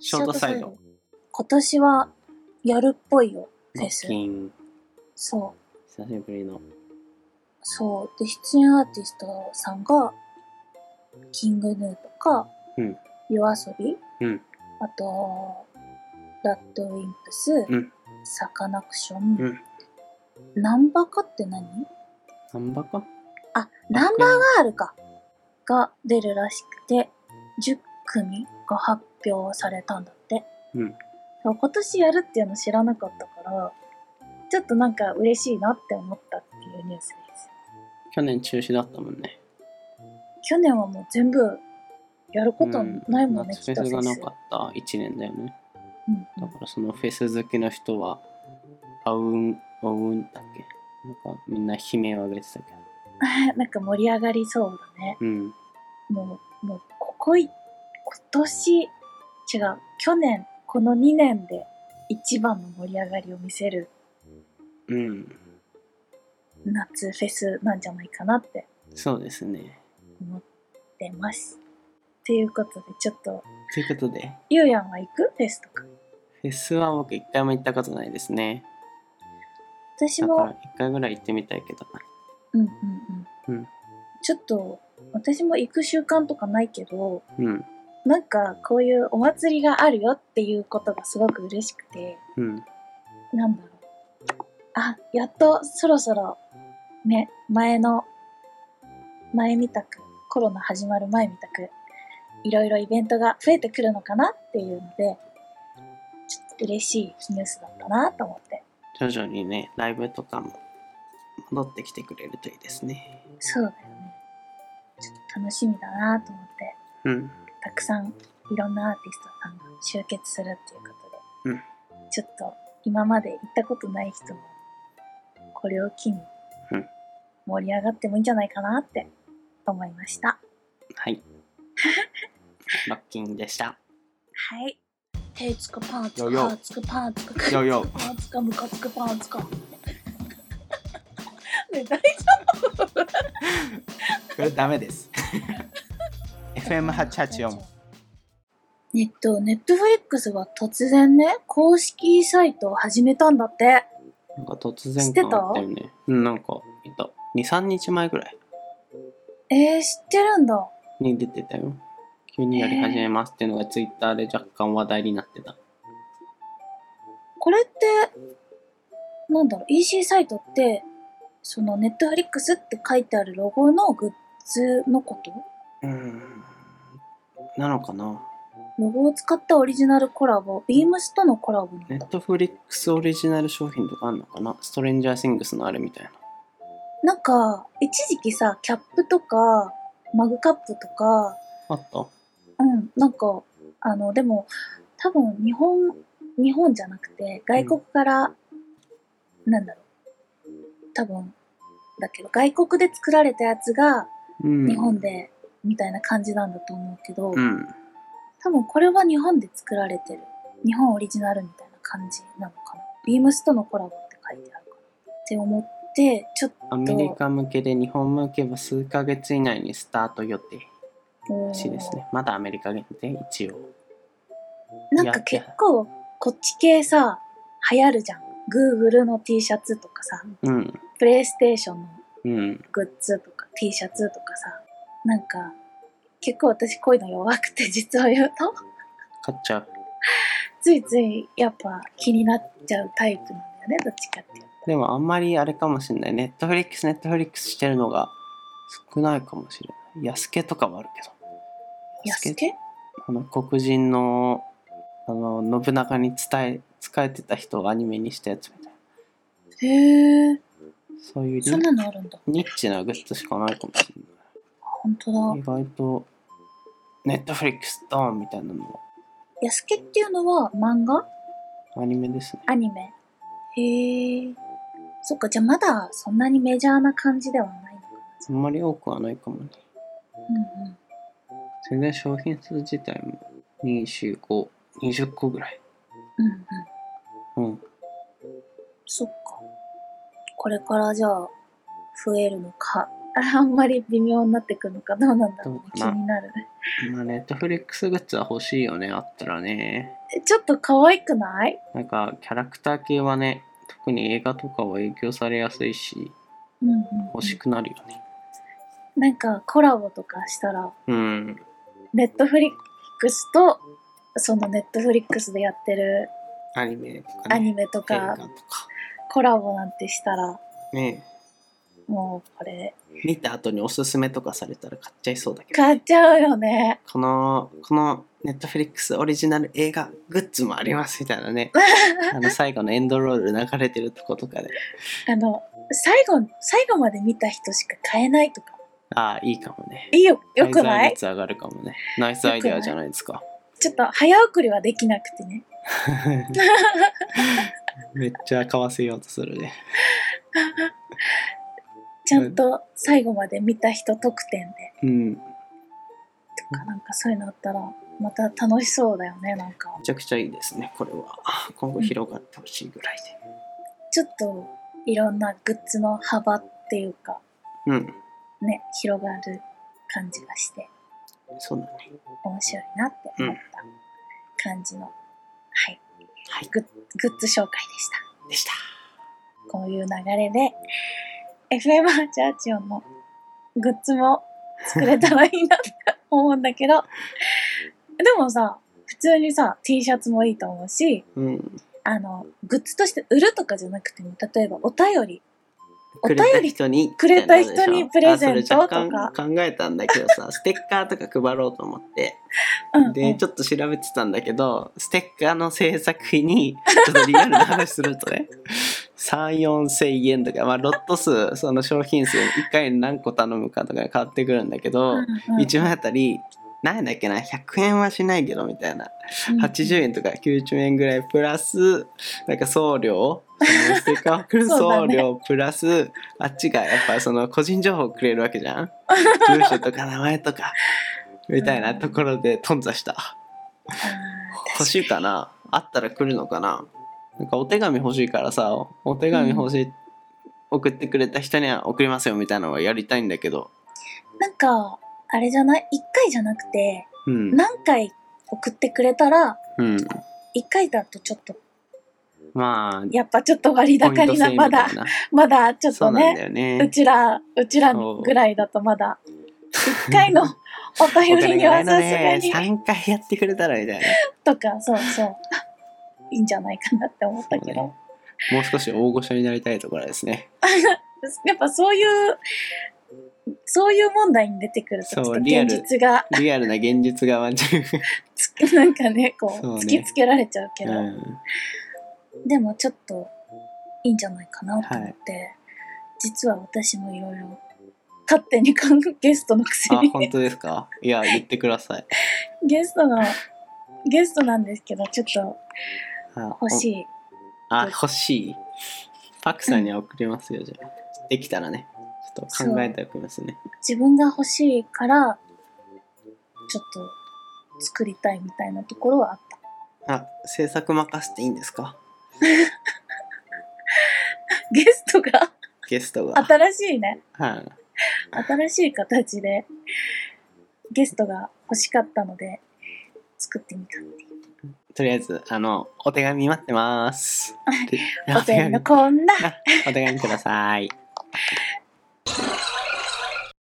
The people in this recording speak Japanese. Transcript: ショートサイド。今年はやるっぽいよ、フェス。金。そう。久しぶりの。そう。で、出演アーティストさんが、キングヌーとか、うん夜遊び、うんあと、ラッドウィンプス、うんサカナクション、うんナンバカって何なんばかあ、ナンバーガールかが出るらしくて、10組が発表されたんだって。うんそう今年やるっていうの知らなかったから、ちょっとなんか嬉しいなって思ったっていうニュースです。去年中止だったもんね。去年はもう全部やることないもんね、うんき夏フっとェスフがェなス。かった1年だよね。うんうだんからそのフェス好きの人は、あうん、あうんだっけなんかみんな悲鳴を上げてたけど。 なんか盛り上がりそうだね。うん。もう、もう、ここい、今年、違う、去年、この2年で一番の盛り上がりを見せるうん。夏フェスなんじゃないかなってそうですね。思ってます。っていうことで、ちょっと、ということで、ゆうやんは行くフェスとか。フェスは僕一回も行ったことないですね。私だかも、ら一回ぐらい行ってみたいけど。うんうんうん。うんちょっと、私も行く習慣とかないけど、うん。なんかこういうお祭りがあるよっていうことがすごく嬉しくて、うん。なんだろう。あ、やっとそろそろ、ね、前の、前みたく、コロナ始まる前みたく、いろいろイベントが増えてくるのかなっていうので、ちょっと嬉しいニュースだったなと思って。徐々にね、ライブとかも戻ってきてくれるといいですね。そうだよね。ちょっと楽しみだなと思って、うん。たくさんいろんなアーティストさんが集結するっていうことで、うんちょっと今まで行ったことない人もこれを機にうん盛り上がってもいいんじゃないかなって思いました。はい。ロッキンでした。はい。手つかパーつよかいよパーつかパーつかパよいよーつかムカつかパーつか。ね大これダメです。FM884。えっと、ネットフリックスが突然ね、公式サイトを始めたんだって。なんか突然感あったよね。うん、なんか、いた。2、3日前ぐらいえー、知ってるんだ。に出てたよ。急にやり始めますっていうのがツイッターで若干話題になってた。これって、なんだろう、EC サイトって、そのネットフリックスって書いてあるロゴのグッズのことうん。なのかなロゴを使ったオリジナルコラボ、ビームスとのコラボなネんッだ。トフリックスオリジナル商品とかあんのかなストレンジャーシングスのあれみたいな。なんか、一時期さ、キャップとか、マグカップとか、あったうん、なんか、あの、でも、多分日本、日本じゃなくて、外国から、なんだろう、多分、だけど、外国で作られたやつが、うん。日本でみたいな感じなんだと思うけど、うん。多分これは日本で作られてる日本オリジナルみたいな感じなのかなビームスとのコラボって書いてあるからって思ってちょっアメリカ向けで日本向けは数ヶ月以内にスタート予定とらしいですね。まだアメリカ限定一応。なんか結構こっち系さ流行るじゃん Google の T シャツとかさうん。プレイステーションのうん。グッズとか T シャツとかさなんか結構私こういうの弱くて実は言うと買っちゃう。ついついやっぱ気になっちゃうタイプなんだよねどっちかっていうとでもあんまりあれかもしれない。ネットフリックス、ネットフリックスしてるのが少ないかもしれない。安家とかもあるけど。安家けあの黒人のあの信長に伝え、使えてた人をアニメにしたやつみたいへえな。そういうニそんなのあるんだニッチなグッズしかないかもしれ本当だない。意外と、ネットフリックスドーンみたいなのもやすけっていうのは漫画アニメですね。アニメへえそっかじゃあまだそんなにメジャーな感じではないのかあんまり多くはないかもね。なうんうん全然商品数自体も25、20個ぐらい。うんうんうん。そっかこれからじゃあ増えるのか ああんまり微妙になってくるのかどうなんだろうねどう気かなになるまあ、ネットフリックスグッズは欲しいよね、あったらね。えちょっと可愛くないなんかキャラクター系はね特に映画とかは影響されやすいしうんうん欲しくなるよねなんかコラボとかしたらうんネットフリックスとそのネットフリックスでやってるアニメとかアねニメと映画かとかコラボなんてしたらねもうこれ見た後におすすめとかされたら買っちゃいそうだけど買っちゃうよねこのこのネットフリックスオリジナル映画グッズもありますみたいな ねあの最後のエンドロール流れてるとことかであの最後最後まで見た人しか買えないとかああいいかもねいいよよくな滞在い率上がるかもねナイスアイデアじゃないですかちょっと早送りはできなくてねめっちゃ買わせようとするねちゃんと最後まで見た人特典でうんめとかなんかそういうのあったらまた楽しそうだよねなんかちゃくちゃいいですねこれは今後広がってほしいぐらいちょっといろんなグッズの幅っていうかでうんね広がる感じがしてそうだね面白いなって思った感じの、はいはいグッグッズ紹介でしたでしたこういう流れで FM チャーチオンのグッズも作れたらいいなって思うんだけどでもさ普通にさ T シャツもいいと思うしうんあのグッズとして売るとかじゃなくても例えばお便りおく便れたり人にくれた人にプレゼントとかあそれ若干考えたんだけどさステッカーとか配ろうと思ってうんうんでちょっと調べてたんだけどステッカーの制作費にちょっとリアルな話するとね34000円とか、まあ、ロット数その商品数1回に何個頼むかとか変わってくるんだけど、うんうん1枚あたり何だっけな100円はしないけどみたいな80円とか90円ぐらいプラスなんか送料そのステッカーを送る そうだ送ね料プラスあっちがやっぱその個人情報をくれるわけじゃん住所とか名前とかみたいなところで頓挫したあー欲しいかなあったら来るのかななんかお手紙欲しいからさお手紙欲しい、送ってくれた人には送りますよみたいなのはやりたいんだけどなんかあれじゃない1回じゃなくてうん何回送ってくれたらうん1回だとちょっとまあやっぱちょっと割ポイン高トに制なみまただいなまだちょっそとうなんだねようねちらうちらぐらいだとまだ1回のおお便り金にがなはのいさすがでに3回やってくれたらみたいなとかそうそういいんじゃないかなって思ったけど、もう少し大御所になりたいところですねやっぱそういうそういう問題に出てくるとちそょうっとリア現ル実がリアルな現実がまじ、つなんかねこうそうね突きつけられちゃうけうど、ん、でもちょっといいんじゃないかなと思って、実は私もいろいろ勝手に考えゲストのくせあに本当ですかいや言ってくださいゲストのゲストなんですけどちょっとあ欲しいあ欲しいパクさんには送りますよじゃあできたらねちょっと考えておきますね自分が欲しいからちょっと作りたいみたいなところはあった あ制作任せていいんですかゲストがゲストが新しいねはい新しい形でゲストが欲しかったので作ってみたとりあえずあのお手紙待ってますお便りのこんなあお手紙ください